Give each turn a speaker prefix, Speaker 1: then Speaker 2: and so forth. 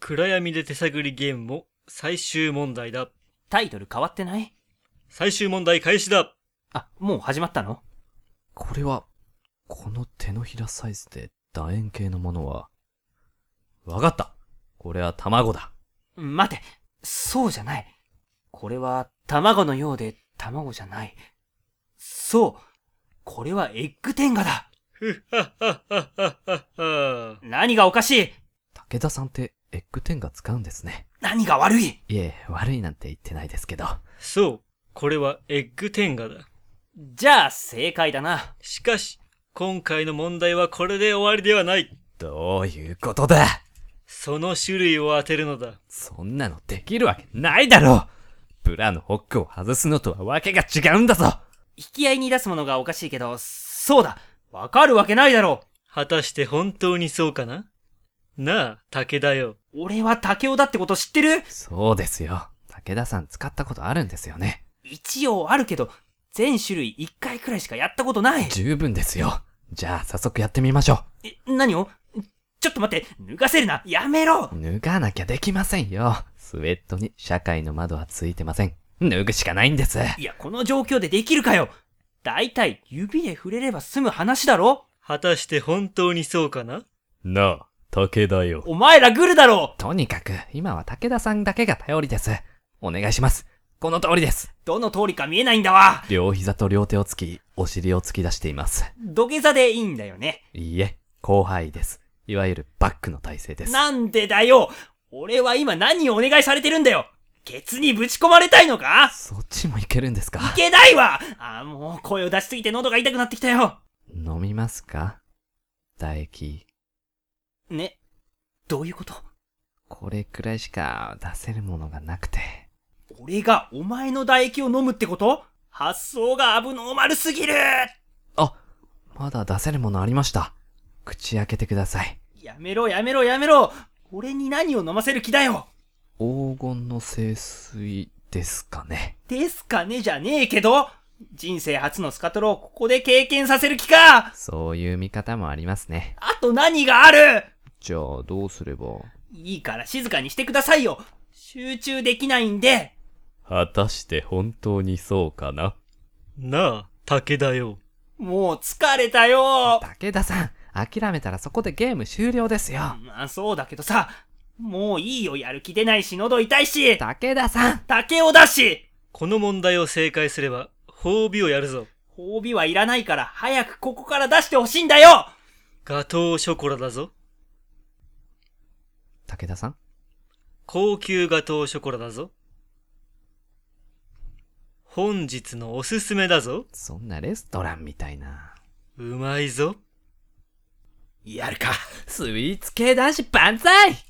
Speaker 1: 暗闇で手探りゲームも最終問題だ。
Speaker 2: タイトル変わってない
Speaker 1: 最終問題開始だ。
Speaker 2: あ、もう始まったの
Speaker 3: これは、この手のひらサイズで楕円形のものは、わかったこれは卵だ
Speaker 2: 待て、そうじゃない。これは卵のようで卵じゃない。そう、これはエッグ天下だ
Speaker 1: ふっはっはっはっはっはっは。
Speaker 2: 何がおかしい
Speaker 3: 武田さんってエッグ天が使うんですね。
Speaker 2: 何が悪い
Speaker 3: いえ、悪いなんて言ってないですけど。
Speaker 1: そう、これはエッグ天下だ。
Speaker 2: じゃあ正解だな。
Speaker 1: しかし、今回の問題はこれで終わりではない。
Speaker 3: どういうことだ
Speaker 1: その種類を当てるのだ。
Speaker 3: そんなのできるわけないだろブラのホックを外すのとはわけが違うんだぞ
Speaker 2: 引き合いに出すものがおかしいけど、そうだわかるわけないだろ
Speaker 1: 果たして本当にそうかななあ、竹だよ。
Speaker 2: う俺は竹雄だってこと知ってる
Speaker 3: そうですよ。武田さん使ったことあるんですよね。
Speaker 2: 一応あるけど、全種類一回くらいしかやったことない。
Speaker 3: 十分ですよ。じゃあ早速やってみましょ
Speaker 2: え、何をちょっと待って、抜かせるなやめろ
Speaker 3: う。脱がなきゃできませんよ。スウェットに社会の窓はついてません。脱ぐしかないんです。
Speaker 2: いや、この状況でできるかよ大体、指で触れれば済む話だろ
Speaker 1: 果たして本当にそうかな
Speaker 3: なあ、武田よ。
Speaker 2: お前らグルだろ
Speaker 3: とにかく、今は武田さんだけが頼りです。お願いします。この通りです。
Speaker 2: どの通りか見えないんだわ
Speaker 3: 両膝と両手をつき、お尻を突き出しています。
Speaker 2: 土下座でいいんだよね。
Speaker 3: いいえ、広範囲です。いわゆるバックの体勢です。
Speaker 2: なんでだよ俺は今何をお願いされてるんだよケツにぶち込まれたいのか
Speaker 3: そっちもいけるんですか
Speaker 2: いけないわあー、もう声を出しすぎて喉が痛くなってきたよ
Speaker 3: 飲みますか唾液。
Speaker 2: ね、どういうこと
Speaker 3: これくらいしか出せるものがなくて。
Speaker 2: 俺がお前の唾液を飲むってこと発想がアブノーマルすぎる
Speaker 3: あ、まだ出せるものありました。口開けてください。
Speaker 2: やめろやめろやめろ俺に何を飲ませる気だよ
Speaker 3: 黄金の聖水ですかね。
Speaker 2: ですかねじゃねえけど人生初のスカトロをここで経験させる気か
Speaker 3: そういう見方もありますね。
Speaker 2: あと何がある
Speaker 3: じゃあどうすれば。
Speaker 2: いいから静かにしてくださいよ集中できないんで
Speaker 3: 果たして本当にそうかな
Speaker 1: なあ、竹だよ。
Speaker 2: もう疲れたよ
Speaker 3: 武田さん、諦めたらそこでゲーム終了ですよ。
Speaker 2: まあそうだけどさ、もういいよやる気出ないし喉痛いし、
Speaker 3: 武田さん
Speaker 2: 竹をだし
Speaker 1: この問題を正解すれば、褒美をやるぞ。
Speaker 2: 褒美はいらないから早くここから出してほしいんだよ
Speaker 1: ガトーショコラだぞ。
Speaker 3: 武田さん
Speaker 1: 高級ガトーショコラだぞ。本日のおすすめだぞ。
Speaker 3: そんなレストランみたいな。
Speaker 1: うまいぞ。
Speaker 2: やるか。
Speaker 3: スイーツ系男子万歳